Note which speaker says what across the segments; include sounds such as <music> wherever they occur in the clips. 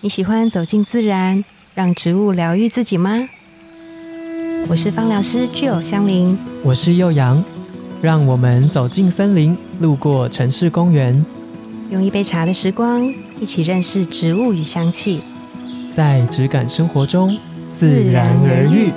Speaker 1: 你喜欢走进自然，让植物疗愈自己吗？我是芳疗师具有香林，
Speaker 2: 我是幼阳，让我们走进森林，路过城市公园，
Speaker 1: 用一杯茶的时光，一起认识植物与香气。
Speaker 2: 在质感生活中自然而愈。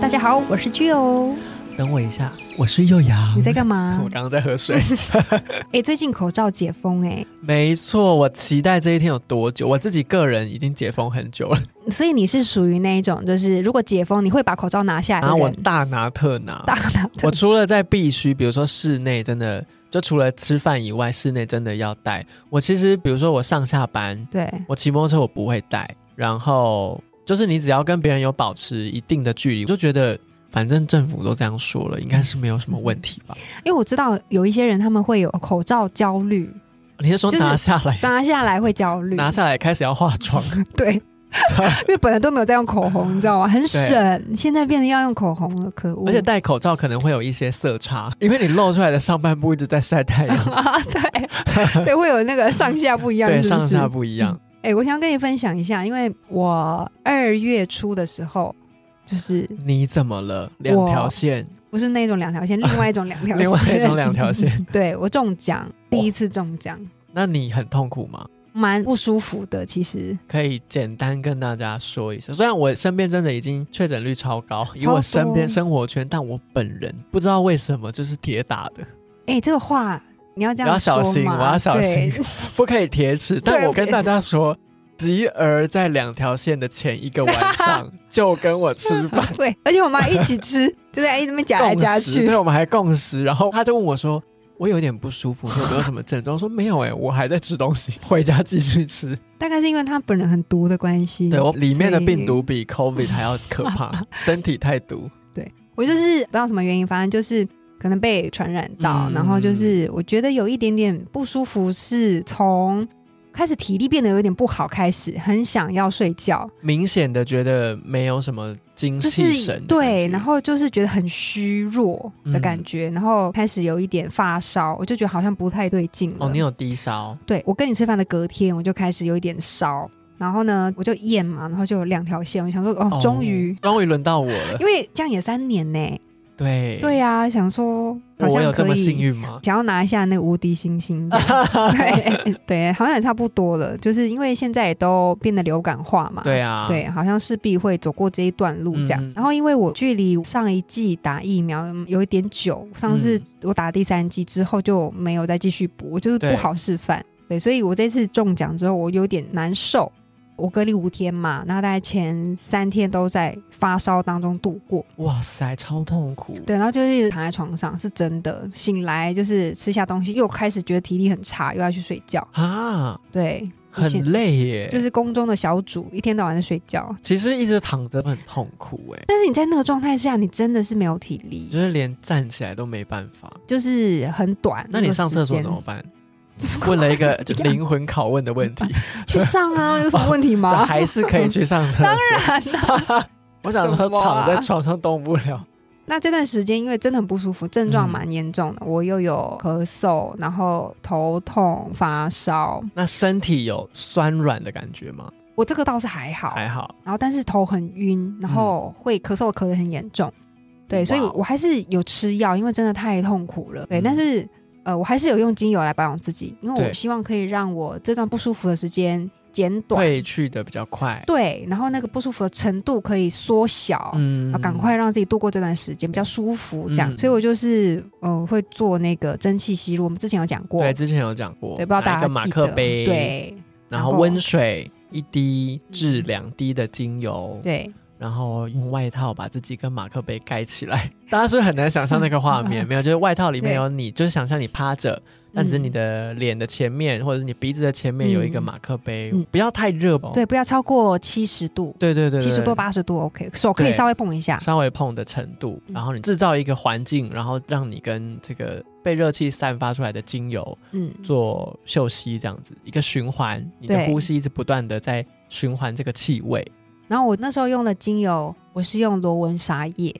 Speaker 1: 大家好，我是具有。
Speaker 2: 等我一下，我是幼阳。
Speaker 1: 你在干嘛
Speaker 2: 我？刚刚在喝水。
Speaker 1: <laughs> 哎、最近口罩解封哎、
Speaker 2: <laughs> 没错，我期待这一天有多久？我自己个人已经解封很久了，
Speaker 1: 所以你是属于那一种，就是如果解封，你会把口罩拿下来
Speaker 2: 然后
Speaker 1: 的
Speaker 2: 我
Speaker 1: 人。
Speaker 2: 大拿特拿。
Speaker 1: 大拿
Speaker 2: 啊我除了在必须，比如说室内真的，就除了吃饭以外，室内真的要戴。我其实比如说我上下班，
Speaker 1: 对，
Speaker 2: 我骑摩托车我不会戴，然后就是你只要跟别人有保持一定的距离，我就觉得反正政府都这样说了，应该是没有什么问题吧？
Speaker 1: <laughs> 因为我知道有一些人他们会有口罩焦虑，
Speaker 2: 你是说
Speaker 1: 就是
Speaker 2: 拿下来，
Speaker 1: 拿下来会焦虑，
Speaker 2: 拿下来开始要化妆？
Speaker 1: <laughs> 对，因为本来都没有在用口红，你知道吗？很省，现在变得要用口红了，可恶！
Speaker 2: 而且
Speaker 1: <laughs>
Speaker 2: 戴口罩可能会有一些色差，因为你露出来的上半部一直在晒
Speaker 1: <laughs>
Speaker 2: 太阳，
Speaker 1: 啊，对，所以会有那个上下不一样，
Speaker 2: 对，
Speaker 1: 是不
Speaker 2: 上
Speaker 1: 是
Speaker 2: 下不一样。
Speaker 1: 哎、我想跟你分享一下，因为我二月初的时候，就是
Speaker 2: 你怎么了？两条线，
Speaker 1: 不是那种两条线，另外一种两条线，
Speaker 2: <laughs> 另外一种两
Speaker 1: <laughs>
Speaker 2: 条，线，
Speaker 1: 对我中奖，第一次中奖，
Speaker 2: 那你很痛苦吗？
Speaker 1: 蛮不舒服的，其实
Speaker 2: 可以简单跟大家说一下，虽然我身边真的已经确诊率超高，以
Speaker 1: 超
Speaker 2: 我身边
Speaker 1: 多
Speaker 2: 生活圈，但我本人不知道为什么就是铁打的， <laughs>
Speaker 1: 哎、这个话你要这
Speaker 2: 我要
Speaker 1: 样
Speaker 2: 小
Speaker 1: 说
Speaker 2: 心
Speaker 1: 嘛
Speaker 2: 我要小
Speaker 1: 对 <laughs>
Speaker 2: 不可以铁齿。但
Speaker 1: 对，
Speaker 2: 我跟大家说，吉儿在两条线的前一个晚上就跟我吃饭
Speaker 1: <laughs> 对，而且我们还一起吃，就在一直那边夹来夹
Speaker 2: 共识，
Speaker 1: 去
Speaker 2: 对，，我们还共识。然后他就问我说。我有点不舒服，你有没有什么症状？我说没有哎、我还在吃东西，回家继续吃。
Speaker 1: 大概是因为他本人很毒的关系。
Speaker 2: 对我里面的
Speaker 1: 所以
Speaker 2: 病
Speaker 1: <laughs>
Speaker 2: 毒比 COVID 还要可怕，身体太毒。
Speaker 1: 我就是不知道什么原因，反正就是可能被传染到，
Speaker 2: 嗯
Speaker 1: 然后就是我觉得有一点点不舒服，是从开始体力变得有点不好开始，很想要睡觉，
Speaker 2: 明显的觉得没有什么精
Speaker 1: 就
Speaker 2: 气
Speaker 1: 是
Speaker 2: 神的感觉，哦嗯
Speaker 1: 对，然后就是觉得很虚弱的感觉，然后开始有一点发烧，我就觉得好像不太对劲了。
Speaker 2: 哦，你有低烧，
Speaker 1: 对我跟你吃饭的隔天，我就开始有一点烧，然后呢，我就验嘛，然后就有两条线，我想说哦，终于。
Speaker 2: 哦终于轮到我了，
Speaker 1: 因为这样也三年呢，
Speaker 2: 对
Speaker 1: 对、呀、想说好
Speaker 2: 我
Speaker 1: 像
Speaker 2: 有这
Speaker 1: 可
Speaker 2: 么
Speaker 1: 以，
Speaker 2: 幸运吗？
Speaker 1: 想要拿一下那个无敌星星
Speaker 2: <laughs>
Speaker 1: 这样，对 <laughs> 对，好像也差不多了，就是因为现在也都变得流感化嘛，
Speaker 2: 对啊，
Speaker 1: 对，好像势必会走过这一段路这样。
Speaker 2: 嗯
Speaker 1: 然后因为我距离上一季打疫苗嗯有一点久，上次
Speaker 2: 嗯
Speaker 1: 我打第三季之后就没有再继续补，我就是
Speaker 2: 对
Speaker 1: 不好示范。对，所以我这次中奖之后，我有点难受。我隔离五天嘛，那大概前三天都在发烧当中度过。
Speaker 2: 哇塞，超痛苦，
Speaker 1: 对，然后就是一直躺在床上，是真的。醒来就是吃下东西，又开始觉得体力很差，又要去睡觉。
Speaker 2: 啊，
Speaker 1: 对，以前
Speaker 2: 很累欸耶，
Speaker 1: 就是宫中的小主，一天到晚在睡觉。
Speaker 2: 其实一直躺着很痛苦哎，
Speaker 1: 但是你在那个状态下，你真的是没有体
Speaker 2: 就
Speaker 1: 力，
Speaker 2: 是连站起来都没办法。
Speaker 1: 就是很短。
Speaker 2: 那你
Speaker 1: 个
Speaker 2: 上
Speaker 1: 时
Speaker 2: 厕所
Speaker 1: 间
Speaker 2: 怎么办？
Speaker 1: <laughs>
Speaker 2: 问了一个就
Speaker 1: 怎么样
Speaker 2: 灵魂拷问的问题，
Speaker 1: 去上 <laughs> 啊？有什么问题
Speaker 2: 这 <laughs>
Speaker 1: 吗？
Speaker 2: 还是可以去上哦厕所。
Speaker 1: 当然啦、
Speaker 2: <laughs> 我想
Speaker 1: 什么
Speaker 2: 说
Speaker 1: 啊
Speaker 2: 躺在床上动不了，
Speaker 1: <laughs> 那这段时间因为真的很不舒服，症
Speaker 2: 嗯
Speaker 1: 状蛮严重的，我又有咳嗽，然后头痛、发烧。
Speaker 2: 那身体有酸软的感觉吗？
Speaker 1: 我这个倒是还好，
Speaker 2: 还好，
Speaker 1: 然后但是头很晕，然后会咳嗽咳得很严重，对，所以
Speaker 2: 嗯哇哦
Speaker 1: 我还是有吃药，因为真的太痛苦了，对，
Speaker 2: 嗯
Speaker 1: 但是呃，我还是有用精油来保养自己，因为我
Speaker 2: 对
Speaker 1: 希望可以让我这段不舒服的时间减短，
Speaker 2: 退去的比较快。
Speaker 1: 对，然后那个不舒服的程度可以缩小。
Speaker 2: 嗯
Speaker 1: 啊，赶快让自己度过这段时间，比较舒服，这样。
Speaker 2: 嗯
Speaker 1: 所以我就是，嗯、会做那个蒸汽吸入，我们之前有讲过，
Speaker 2: 对，之前有讲过，
Speaker 1: 对，不知道
Speaker 2: 拿
Speaker 1: 大家
Speaker 2: 一个马
Speaker 1: 记
Speaker 2: 克
Speaker 1: 得，
Speaker 2: 杯，，
Speaker 1: 对
Speaker 2: 然
Speaker 1: 然
Speaker 2: 后
Speaker 1: 后
Speaker 2: 温水一滴至
Speaker 1: 嗯
Speaker 2: 两滴的精油，，
Speaker 1: 对，
Speaker 2: 然后用外套把自己跟马克杯盖起来。 <laughs> 大家是不是很难想象那个画
Speaker 1: <laughs>
Speaker 2: 面，没有，就是外套里面
Speaker 1: 对
Speaker 2: 有你，就是想象你趴着，但只是你
Speaker 1: 嗯
Speaker 2: 的脸的前面或者是你鼻子的前面有一个
Speaker 1: 嗯
Speaker 2: 马克杯
Speaker 1: 嗯，
Speaker 2: 不要太热哦。
Speaker 1: 对，不要超过七十度，
Speaker 2: 对对对，对
Speaker 1: 七十多。
Speaker 2: 对
Speaker 1: 八十度 OK，手可以
Speaker 2: 对
Speaker 1: 稍微碰一下，
Speaker 2: 稍微碰的程度，
Speaker 1: 嗯
Speaker 2: 然后你制造一个环境，然后让你跟这个被热气散发出来的精油
Speaker 1: 嗯，
Speaker 2: 做嗅吸这样子一个循环，你的
Speaker 1: 对
Speaker 2: 呼吸一直不断的在循环这个气味。
Speaker 1: 然后我那时候用的精油，我是用罗纹沙叶，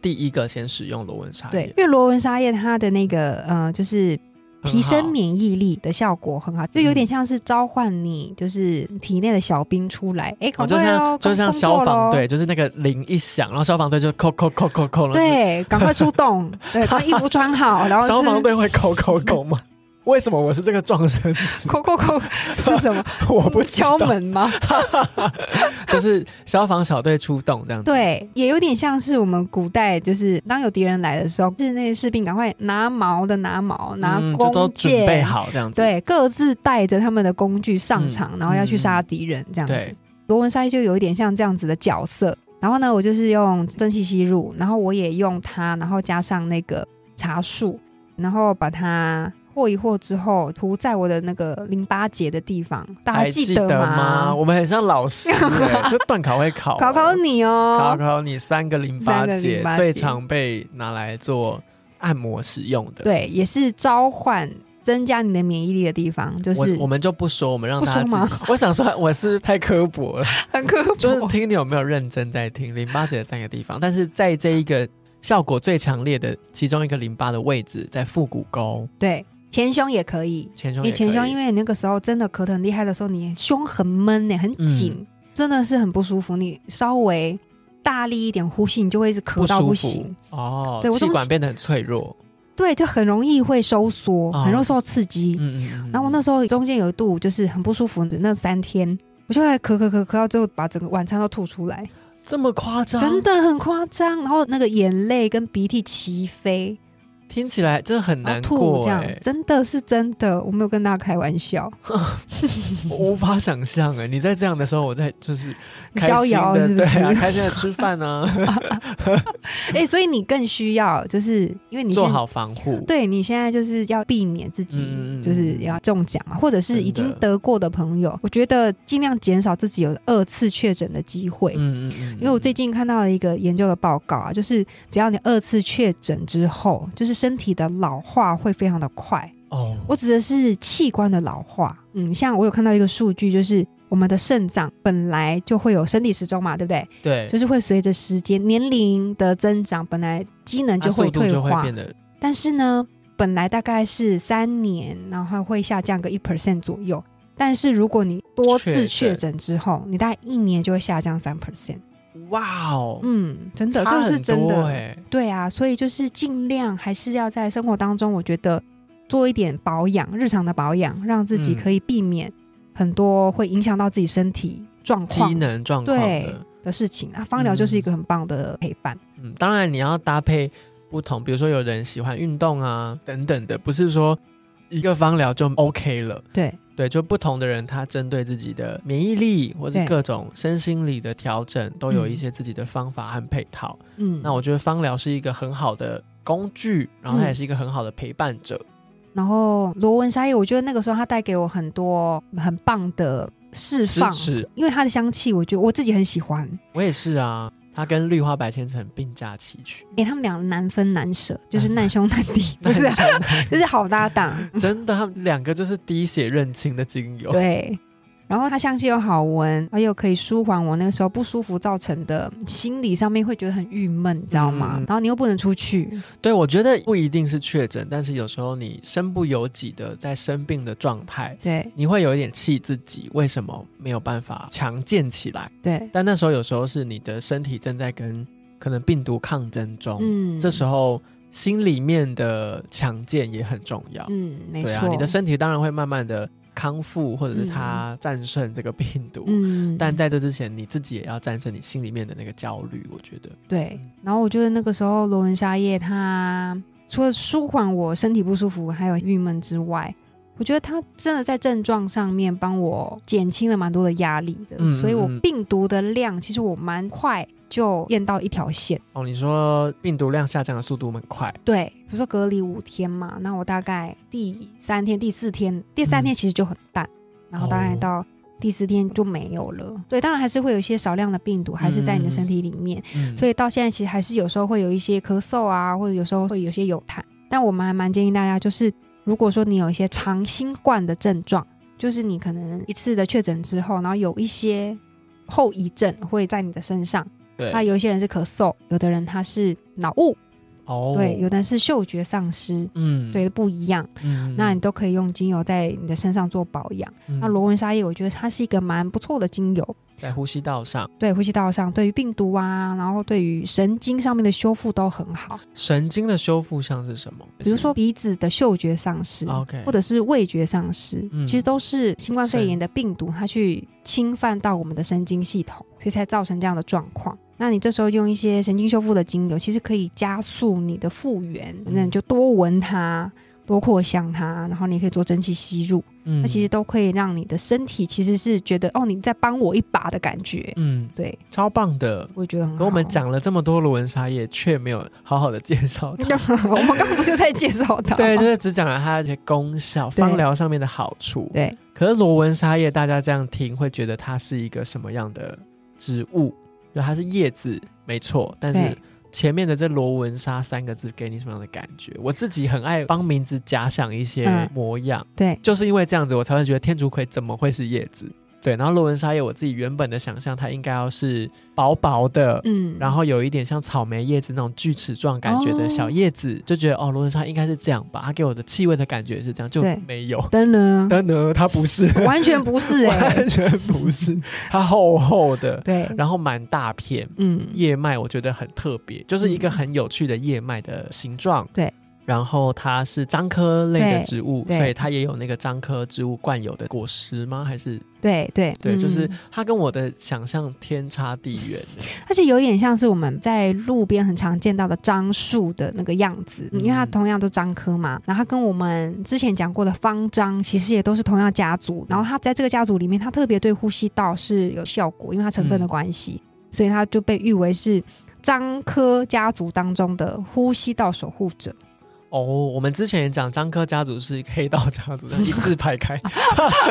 Speaker 2: 第一个先使用罗纹沙
Speaker 1: 对
Speaker 2: 叶，，
Speaker 1: 因为罗纹沙叶它的那个呃，就是
Speaker 2: 很
Speaker 1: 提
Speaker 2: 好嗯
Speaker 1: 升免疫力的效果很好，就有点像是召唤你，就是体内的小兵出来，哎、赶
Speaker 2: 哦，就
Speaker 1: 快哦，
Speaker 2: 像就像
Speaker 1: 赶快工
Speaker 2: 消
Speaker 1: 作
Speaker 2: 防
Speaker 1: 咯，
Speaker 2: 队，就是那个铃一响，然后消防队就扣扣扣扣扣，然后
Speaker 1: 对，赶快出动，对，把衣服穿
Speaker 2: <laughs>
Speaker 1: 好，然后
Speaker 2: 消防
Speaker 1: 是
Speaker 2: 队会扣扣
Speaker 1: <laughs>
Speaker 2: 扣吗？为什么我是这个撞生词？
Speaker 1: 扣扣
Speaker 2: <laughs>
Speaker 1: 扣是什么？
Speaker 2: 我不知道
Speaker 1: 敲，门吗？
Speaker 2: 就是消防小队出动这样子。
Speaker 1: 对，也有点像是我们古代，就是当有敌人来的时候，是那些士兵赶快拿矛的拿矛，拿
Speaker 2: 嗯就都
Speaker 1: 弓
Speaker 2: 准备
Speaker 1: 箭，
Speaker 2: 好这样子。
Speaker 1: 对，各自带着他们的工具上场，
Speaker 2: 嗯
Speaker 1: 然后要去杀敌人这样子。
Speaker 2: 对
Speaker 1: 罗文沙就有一点像这样子的角色。然后呢，我就是用蒸汽吸入，然后我也用它，然后加上那个茶树，然后把它和一和之后，涂在我的那个淋巴结的地方，大家
Speaker 2: 还记
Speaker 1: 得
Speaker 2: 吗？我们很像老
Speaker 1: <laughs>
Speaker 2: 师、欸，就段考会考、
Speaker 1: 考考，你
Speaker 2: 考
Speaker 1: 哦。
Speaker 2: 考你三个淋巴
Speaker 1: 三个
Speaker 2: 结
Speaker 1: 淋巴结
Speaker 2: 最常被拿来做按摩使用的。，
Speaker 1: 对，也是召唤增加你的免疫力的地方，就
Speaker 2: 我
Speaker 1: 是
Speaker 2: 我们就不说，我们让
Speaker 1: 不
Speaker 2: 大家
Speaker 1: 说 <laughs>
Speaker 2: 自己。我想说，我是不是太刻薄了，
Speaker 1: 很刻
Speaker 2: 就是
Speaker 1: 薄。
Speaker 2: 听你有没有认真在听淋巴结的三个地方，但是在这一个效果最强烈的其中一个淋巴的位置，在腹股沟
Speaker 1: 对，前胸也可以，
Speaker 2: 前胸
Speaker 1: 你
Speaker 2: 也可以，
Speaker 1: 前胸，因为你那个时候真的咳得很厉害的时候，你胸很闷呢、欸很
Speaker 2: 嗯
Speaker 1: 紧，真的是很不舒服。你稍微大力一点呼吸，你就会一直咳到
Speaker 2: 舒
Speaker 1: 不
Speaker 2: 服
Speaker 1: 行。
Speaker 2: 哦，
Speaker 1: 对我
Speaker 2: 气
Speaker 1: 中
Speaker 2: 管
Speaker 1: 气
Speaker 2: 变得很脆弱。
Speaker 1: 对，就很容易会收缩，
Speaker 2: 哦
Speaker 1: 很容易受刺激。
Speaker 2: 嗯嗯嗯。
Speaker 1: 然后我那时候中间有一度就是很不舒服，那三天我就在咳咳咳咳到最后，把整个晚餐都吐出来，
Speaker 2: 这么夸张，
Speaker 1: 真的很夸张。然后那个眼泪跟鼻涕齐飞，
Speaker 2: 听起来真的很
Speaker 1: 然后
Speaker 2: 难
Speaker 1: 吐
Speaker 2: 过、
Speaker 1: 这样
Speaker 2: 欸，，
Speaker 1: 真的是真的，我没有跟大家开玩笑。
Speaker 2: 我无法想象哎、你在这样的时候，我在就是
Speaker 1: 你
Speaker 2: 开
Speaker 1: 逍
Speaker 2: 心
Speaker 1: 遥
Speaker 2: 的，
Speaker 1: 是不
Speaker 2: <laughs> 对
Speaker 1: 是？ <laughs>
Speaker 2: 啊，开心的吃饭啊，
Speaker 1: 哎、所以你更需要，就是因为你现
Speaker 2: 做好防护。
Speaker 1: 对你现在就是要避免自己
Speaker 2: 嗯嗯嗯
Speaker 1: 就是要中奖嘛，或者是已
Speaker 2: 真
Speaker 1: 经
Speaker 2: 的
Speaker 1: 得过的朋友，我觉得尽量减少自己有二次确诊的机会。
Speaker 2: 嗯，嗯嗯嗯
Speaker 1: 因为我最近看到了一个研究的报告啊，就是只要你二次确诊之后，就是身体的老化会非常的快。
Speaker 2: 哦，
Speaker 1: 我指的是器官的老化。嗯，像我有看到一个数据，就是我们的肾脏本来就会有生理时钟嘛，对不对？
Speaker 2: 对，
Speaker 1: 就是会随着时间、年龄的增长，本来机能
Speaker 2: 它
Speaker 1: 就会
Speaker 2: 速度
Speaker 1: 退
Speaker 2: 就
Speaker 1: 化，
Speaker 2: 会变得
Speaker 1: 但是呢，本来大概是三年，然后会下降个一 percent 左右。但是如果你多次
Speaker 2: 确
Speaker 1: 确
Speaker 2: 诊
Speaker 1: 诊之后，你大概一年就会下降三 percent。
Speaker 2: 哇哦，
Speaker 1: 嗯，真的，
Speaker 2: 差
Speaker 1: 这是
Speaker 2: 很
Speaker 1: 真
Speaker 2: 多
Speaker 1: 的。
Speaker 2: 欸
Speaker 1: 对啊，所以就是尽量还是要在生活当中，我觉得做一点保养，日常的保养，让自己
Speaker 2: 嗯
Speaker 1: 可以避免很多会影响到自己身体状
Speaker 2: 机
Speaker 1: 况
Speaker 2: 能状况
Speaker 1: 对
Speaker 2: 的。
Speaker 1: 的事情啊。芳疗就是一个很棒的陪伴。
Speaker 2: 嗯，当然你要搭配不同，比如说有人喜欢运动啊等等的，不是说一个方疗就 OK 了。
Speaker 1: 对
Speaker 2: 对，就不同的人，他针对自己的免疫力或者
Speaker 1: 对
Speaker 2: 各种身心理的调整，都有一
Speaker 1: 嗯
Speaker 2: 些自己的方法和配套。
Speaker 1: 嗯，
Speaker 2: 那我觉得芳疗是一个很好的工具，
Speaker 1: 嗯
Speaker 2: 然后它也是一个很好的陪伴者。
Speaker 1: 然后罗文沙叶，我觉得那个时候它带给我很多很棒的释
Speaker 2: 支
Speaker 1: 放，
Speaker 2: 持
Speaker 1: 因为它的香气，我觉得我自己很喜欢。
Speaker 2: 我也是啊，它跟绿花白千层并驾齐
Speaker 1: <laughs>
Speaker 2: 驱，
Speaker 1: 哎，他们俩难分难舍，
Speaker 2: <laughs>
Speaker 1: 就是难兄难弟，不是啊，就是好搭档。
Speaker 2: 真的，他们两个就是滴血认亲的精油。
Speaker 1: 对，然后它香气又好闻，哎而又可以舒缓我那个时候不舒服造成的心理上面会觉得很郁闷，你知道吗？
Speaker 2: 嗯
Speaker 1: 然后你又不能出去，
Speaker 2: 对，我觉得不一定是确诊，但是有时候你身不由己的在生病的状态，
Speaker 1: 对
Speaker 2: 你会有一点气自己，为什么没有办法强健起来？
Speaker 1: 对，
Speaker 2: 但那时候有时候是你的身体正在跟可能病毒抗争中，
Speaker 1: 嗯，
Speaker 2: 这时候心里面的强健也很重要。
Speaker 1: 嗯，没
Speaker 2: 对
Speaker 1: 错，
Speaker 2: 啊，你的身体当然会慢慢的康复，或者是它战胜这个病毒。
Speaker 1: 嗯，
Speaker 2: 但在这之前，你自己也要战胜你心里面的那个焦虑。我觉得，
Speaker 1: 对，然后我觉得那个时候罗文沙叶它除了舒缓我身体不舒服还有郁闷之外，我觉得它真的在症状上面帮我减轻了蛮多的压力的，
Speaker 2: 嗯
Speaker 1: 所以我
Speaker 2: 嗯嗯
Speaker 1: 病毒的量其实我蛮快就验到一条线。
Speaker 2: 哦，你说病毒量下降的速度很快，
Speaker 1: 对，比如说隔离五天嘛，那我大概第三天、第四天，第三天其实就很淡，然后大概
Speaker 2: 嗯哦
Speaker 1: 到第四天就没有了。对，当然还是会有一些少量的病毒还是在你的身体里面。
Speaker 2: 嗯，
Speaker 1: 所
Speaker 2: 以
Speaker 1: 以到现在其实还是有时候会有一些咳嗽啊，或者有时候会有些有痰。但我们还蛮建议大家，就是如果说你有一些长新冠的症状，就是你可能一次的确诊之后，然后有一些后遗症会在你的身上。
Speaker 2: 对，
Speaker 1: 那有一些人是咳嗽，有的人他是脑雾，
Speaker 2: 哦，
Speaker 1: 对，有的是嗅觉丧失，
Speaker 2: 嗯，
Speaker 1: 对，不一样。
Speaker 2: 嗯，嗯，
Speaker 1: 那你都可以用精油在你的身上做保养。
Speaker 2: 嗯
Speaker 1: 那罗纹沙叶，我觉得它是一个蛮不错的精油，
Speaker 2: 在呼吸道上，
Speaker 1: 对呼吸道上，对于病毒啊，然后对于神经上面的修复都很好。
Speaker 2: 神经的修复像是什么？
Speaker 1: 比如说鼻子的嗅觉丧失，
Speaker 2: ，OK，
Speaker 1: 或者是味觉丧失，
Speaker 2: 嗯
Speaker 1: 其实都是新冠肺
Speaker 2: 是
Speaker 1: 炎的病毒它去侵犯到我们的神经系统，所以才造成这样的状况。那你这时候用一些神经修复的精油，其实可以加速你的复原。
Speaker 2: 嗯
Speaker 1: 那你就多闻它，多扩香它，然后你也可以做蒸汽吸入，
Speaker 2: 嗯，
Speaker 1: 那其实都可以让你的身体其实是觉得哦你在帮我一把的感觉。
Speaker 2: 嗯，
Speaker 1: 对，
Speaker 2: 超棒的。
Speaker 1: 我觉得很好。
Speaker 2: 跟我们，讲了这么多罗纹沙叶，却没有好好的介绍它。
Speaker 1: <laughs> 我们刚刚不是在介绍它吗？
Speaker 2: <laughs> 对，就是只讲了它的一些功效、
Speaker 1: 对
Speaker 2: 芳疗上面的好处。
Speaker 1: 对
Speaker 2: 可是罗纹沙叶，大家这样听会觉得它是一个什么样的植物？就它是叶子，没错，但是
Speaker 1: 对
Speaker 2: 前面的这罗纹沙三个字给你什么样的感觉？我自己很爱帮名字假想一些
Speaker 1: 嗯
Speaker 2: 模样，
Speaker 1: 对
Speaker 2: 就是因为这样子，我才会觉得天竺葵怎么会是叶子？对，然后罗纹沙叶，我自己原本的想象，它应该要是薄薄的。
Speaker 1: 嗯，
Speaker 2: 然后有一点像草莓叶子那种锯齿状感觉的小
Speaker 1: 哦
Speaker 2: 叶子，就觉得哦，罗纹沙应该是这样吧，它给我的气味的感觉是这样，就
Speaker 1: 对
Speaker 2: 没有。
Speaker 1: 灯呢？
Speaker 2: 但呢，它
Speaker 1: <laughs>
Speaker 2: 不是， <laughs>
Speaker 1: 完全不是哎、
Speaker 2: 完全
Speaker 1: <laughs>
Speaker 2: 不是，它厚厚的，
Speaker 1: 对，
Speaker 2: 然后蛮大片，
Speaker 1: 嗯，
Speaker 2: 叶脉我觉得很特别，就是一个很有趣的叶脉的形状。
Speaker 1: 对。
Speaker 2: 然后它是樟科类的
Speaker 1: 对
Speaker 2: 植物，
Speaker 1: 对
Speaker 2: 所以它也有那个樟科植物惯有的果实吗？还是
Speaker 1: 对对
Speaker 2: 对，就是
Speaker 1: 嗯
Speaker 2: 它跟我的想象天差地
Speaker 1: <laughs>
Speaker 2: 远欸。
Speaker 1: 而且有点像是我们在路边很常见到的樟树的那个样子，
Speaker 2: 嗯
Speaker 1: 因为它同样都樟科嘛，然后它跟我们之前讲过的方樟其实也都是同样家族，
Speaker 2: 嗯
Speaker 1: 然后它在这个家族里面，它特别对呼吸道是有效果，因为它成分的关
Speaker 2: 嗯
Speaker 1: 系，所以它就被誉为是。樟科家族当中的呼吸道守护者，
Speaker 2: 哦，我们之前也讲樟科家族是一个黑道家族，但一字排开。
Speaker 1: <laughs>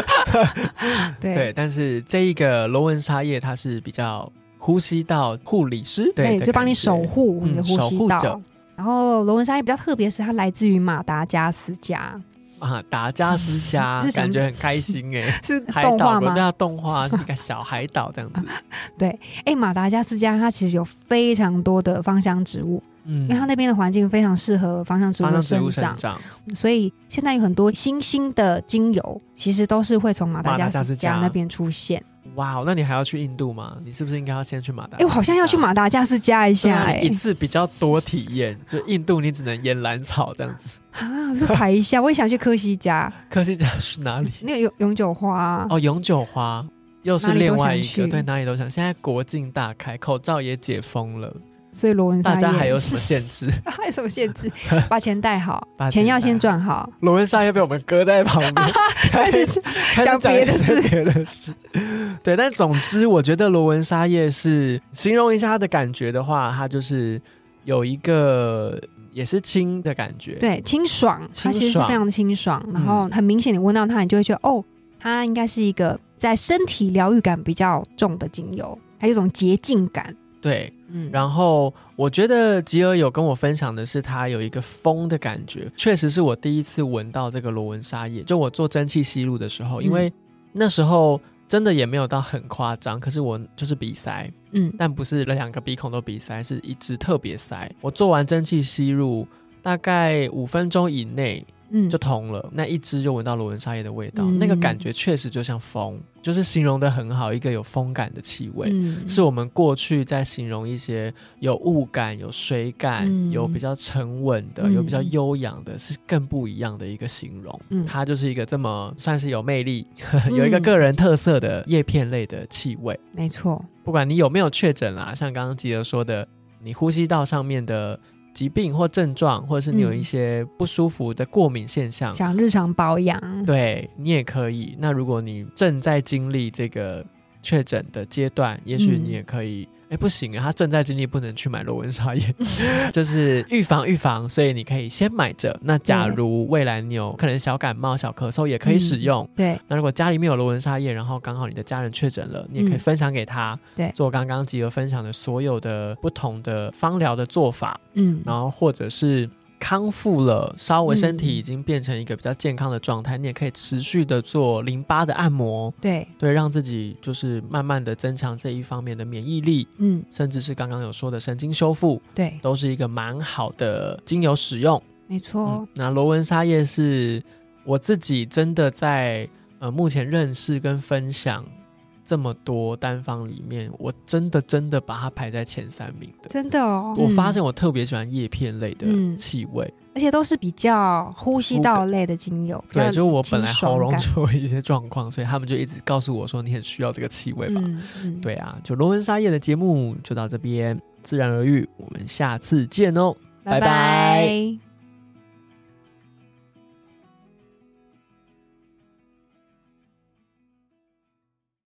Speaker 1: 对，
Speaker 2: 对，但是这一个罗纹沙叶它是比较呼吸道护理师，对，的
Speaker 1: 就帮你
Speaker 2: 感觉
Speaker 1: 守护你的
Speaker 2: 嗯
Speaker 1: 呼
Speaker 2: 守
Speaker 1: 吸
Speaker 2: 护
Speaker 1: 道。
Speaker 2: 者
Speaker 1: 然后罗纹沙也比较特别，是它来自于马达加斯加，
Speaker 2: 啊，达加斯加
Speaker 1: <laughs> 是，什么
Speaker 2: 感觉很开心哎。
Speaker 1: 是 <laughs>
Speaker 2: 海
Speaker 1: 动
Speaker 2: 岛
Speaker 1: 画
Speaker 2: 嘛，
Speaker 1: 吗
Speaker 2: 对？啊，动画一个小海岛这样子。
Speaker 1: 哎，马达加斯加它其实有非常多的芳香植物，
Speaker 2: 嗯
Speaker 1: 因为它那边的环境非常适合芳香植
Speaker 2: 花
Speaker 1: 物的
Speaker 2: 上植物
Speaker 1: 生长，
Speaker 2: 生长，
Speaker 1: 所以现在有很多新兴的精油，其实都是会从马达
Speaker 2: 马达加
Speaker 1: 加
Speaker 2: 斯
Speaker 1: 斯
Speaker 2: 加
Speaker 1: 加那边出现。
Speaker 2: 哇哦，那你还要去印度吗？你是不是应该要先去马达加斯加？
Speaker 1: 哎，我好像要去马达加斯加一
Speaker 2: 对
Speaker 1: 下
Speaker 2: 啊
Speaker 1: 哎
Speaker 2: 你一，次比较多体验，就印度你只能腌兰草这样子。 <laughs>
Speaker 1: 啊，我是排一下，我也想去科西嘉，
Speaker 2: 科西嘉是
Speaker 1: <laughs>
Speaker 2: 哪里？
Speaker 1: 那个永永久花啊，
Speaker 2: 哦，永久花又是
Speaker 1: 哪里都
Speaker 2: 另外一
Speaker 1: 想
Speaker 2: 个，
Speaker 1: 去
Speaker 2: 对，哪里都想。现在国境大开，口罩也解封了，
Speaker 1: 所以罗纹沙
Speaker 2: 大家
Speaker 1: 叶
Speaker 2: 还有什么限制？ <laughs>
Speaker 1: <laughs> 还有什么限制？把钱带好
Speaker 2: 把，钱
Speaker 1: 钱要
Speaker 2: 带好
Speaker 1: 先赚好。
Speaker 2: 罗文莎也被我们搁在旁
Speaker 1: <laughs>
Speaker 2: 边，开始开始
Speaker 1: 讲
Speaker 2: 讲
Speaker 1: 别的
Speaker 2: 一些 <laughs> 别的事。对，但总之，我觉得罗文莎叶是形容一下它的感觉的话，它就是有一个也是轻的感觉，，
Speaker 1: <laughs> 对，清爽，
Speaker 2: 清
Speaker 1: 它其实是
Speaker 2: 爽
Speaker 1: 非常清爽，然后很明显你闻到它，你就会觉得哦，它应该是一个在身体疗愈感比较重的精油，还有一种洁净感。
Speaker 2: 对。
Speaker 1: 嗯，
Speaker 2: 然后我觉得吉尔有跟我分享的是，它有一个风的感觉，确实是我第一次闻到这个罗纹沙叶。就我做蒸汽吸入的时
Speaker 1: 嗯
Speaker 2: 候，因为那时候真的也没有到很夸张，可是我就是鼻塞，
Speaker 1: 嗯，
Speaker 2: 但不是两个鼻孔都鼻塞，是一只特别塞。我做完蒸汽吸入。大概五分钟以内
Speaker 1: 嗯，
Speaker 2: 就通了，那一支就闻到罗纹沙叶的味道，
Speaker 1: 嗯
Speaker 2: 那个感觉确实就像风，就是形容的很好，一个有风感的气味。
Speaker 1: 嗯
Speaker 2: 是我们过去在形容一些有雾感、有水感、
Speaker 1: 嗯
Speaker 2: 有比较沉稳的、
Speaker 1: 嗯
Speaker 2: 有比较悠扬的，是更不一样的一个形容。
Speaker 1: 嗯
Speaker 2: 它就是一个这么算是有魅
Speaker 1: <laughs>
Speaker 2: 力、
Speaker 1: 嗯
Speaker 2: 有一个个人特色的叶片类的气味。
Speaker 1: 没错，
Speaker 2: 不管你有没有确诊啦，像刚刚吉儿说的，你呼吸道上面的疾病或症状，或者是你有一
Speaker 1: 嗯
Speaker 2: 些不舒服的过敏现象，
Speaker 1: 想日常保养，
Speaker 2: 嗯对你也可以。那如果你正在经历这个确诊的阶段，也许你也可以。哎、不行，他正在经历，不能去买罗纹沙叶， <laughs> 就是预防预防，所以你可以先买着。那假如未来你有可能小感冒、小咳嗽，也可以使用。
Speaker 1: 对
Speaker 2: 那如果家里面有罗纹沙叶，然后刚好你的家人确诊了，你也可以
Speaker 1: 嗯
Speaker 2: 分享给他，
Speaker 1: 对
Speaker 2: 做刚刚吉儿分享的所有的不同的芳疗的做法，
Speaker 1: 嗯，
Speaker 2: 然后或者是康复了，稍微身体
Speaker 1: 嗯
Speaker 2: 已经变成一个比较健康的状态，你也可以持续的做淋巴的按摩，
Speaker 1: 对，
Speaker 2: 对，让自己就是慢慢的增强这一方面的免疫力，
Speaker 1: 嗯，
Speaker 2: 甚至是刚刚有说的神经修复，
Speaker 1: 对，
Speaker 2: 都是一个蛮好的精油使用。
Speaker 1: 没错
Speaker 2: 嗯，，那罗纹沙叶是我自己真的在呃目前认识跟分享这么多单方里面，我真的真的把它排在前三名的。
Speaker 1: 真的哦。
Speaker 2: 我发
Speaker 1: 嗯
Speaker 2: 现我特别喜欢叶片类的
Speaker 1: 嗯
Speaker 2: 气味，
Speaker 1: 而且都是比较呼吸道类的精油，比较
Speaker 2: 对，就是我本来
Speaker 1: 清爽
Speaker 2: 喉咙
Speaker 1: 感
Speaker 2: 就有一些状况，所以他们就一直告诉我说你很需要这个气味吧。
Speaker 1: 嗯嗯，
Speaker 2: 对啊，就罗纹沙叶的节目就到这边，自然而愈，我们下次见哦。拜
Speaker 1: 拜
Speaker 2: 拜
Speaker 1: 拜